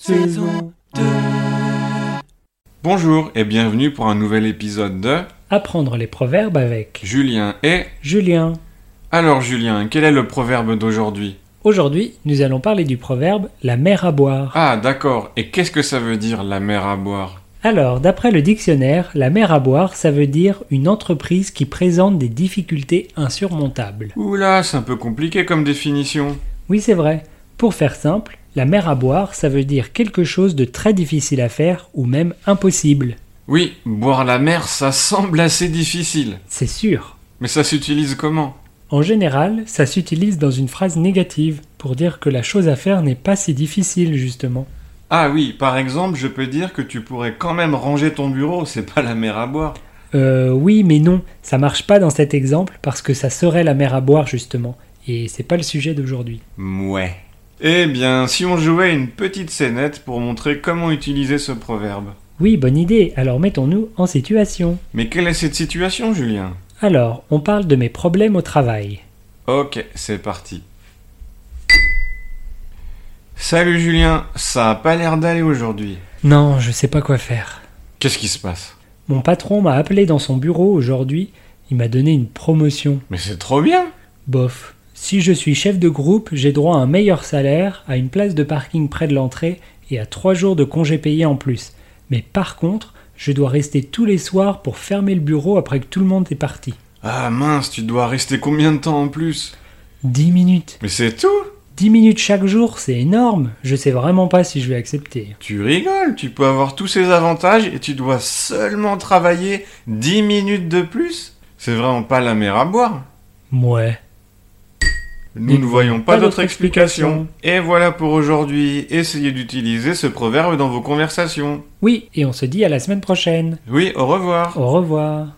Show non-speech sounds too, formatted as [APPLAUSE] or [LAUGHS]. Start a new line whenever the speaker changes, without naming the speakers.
saison 2.
Bonjour et bienvenue pour un nouvel épisode de
Apprendre les proverbes avec
Julien et...
Julien.
Alors Julien, quel est le proverbe d'aujourd'hui
Aujourd'hui, nous allons parler du proverbe la mer à boire.
Ah d'accord, et qu'est-ce que ça veut dire la mer à boire
Alors, d'après le dictionnaire, la mer à boire, ça veut dire une entreprise qui présente des difficultés insurmontables.
Oula, c'est un peu compliqué comme définition.
Oui, c'est vrai. Pour faire simple, la mer à boire, ça veut dire quelque chose de très difficile à faire ou même impossible.
Oui, boire la mer, ça [LAUGHS] semble assez difficile.
C'est sûr.
Mais ça s'utilise comment
En général, ça s'utilise dans une phrase négative pour dire que la chose à faire n'est pas si difficile justement.
Ah oui, par exemple, je peux dire que tu pourrais quand même ranger ton bureau, c'est pas la mer à boire.
Euh oui, mais non, ça marche pas dans cet exemple parce que ça serait la mer à boire justement et c'est pas le sujet d'aujourd'hui.
Mouais. Eh bien, si on jouait une petite scénette pour montrer comment utiliser ce proverbe.
Oui, bonne idée. Alors mettons-nous en situation.
Mais quelle est cette situation, Julien
Alors, on parle de mes problèmes au travail.
Ok, c'est parti. Salut Julien, ça a pas l'air d'aller aujourd'hui.
Non, je sais pas quoi faire.
Qu'est-ce qui se passe
Mon patron m'a appelé dans son bureau aujourd'hui, il m'a donné une promotion.
Mais c'est trop bien
Bof. Si je suis chef de groupe, j'ai droit à un meilleur salaire, à une place de parking près de l'entrée et à trois jours de congés payés en plus. Mais par contre, je dois rester tous les soirs pour fermer le bureau après que tout le monde est parti.
Ah mince, tu dois rester combien de temps en plus
10 minutes.
Mais c'est tout
10 minutes chaque jour, c'est énorme. Je sais vraiment pas si je vais accepter.
Tu rigoles, tu peux avoir tous ces avantages et tu dois seulement travailler 10 minutes de plus C'est vraiment pas la mer à boire.
Mouais.
Nous ne voyons pas, d'autre explication. Et voilà pour aujourd'hui. Essayez d'utiliser ce proverbe dans vos conversations.
Oui, et on se dit à la semaine prochaine.
Oui, au revoir.
Au revoir.